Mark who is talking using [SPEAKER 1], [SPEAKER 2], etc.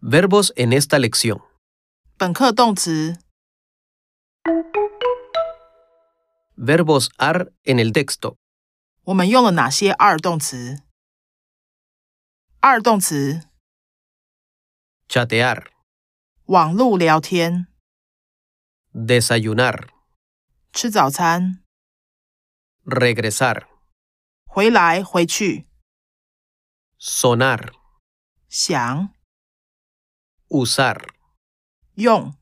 [SPEAKER 1] Verbos en esta lección.
[SPEAKER 2] 本课动词
[SPEAKER 1] Verbos ar en el texto.
[SPEAKER 2] 我们用了哪些二动词？二动词
[SPEAKER 1] Chatear,
[SPEAKER 2] 网路聊天、
[SPEAKER 1] desayunar,
[SPEAKER 2] 吃早餐、
[SPEAKER 1] regresar,
[SPEAKER 2] 回来、回去、
[SPEAKER 1] sonar,
[SPEAKER 2] 想、
[SPEAKER 1] usar.
[SPEAKER 2] 用。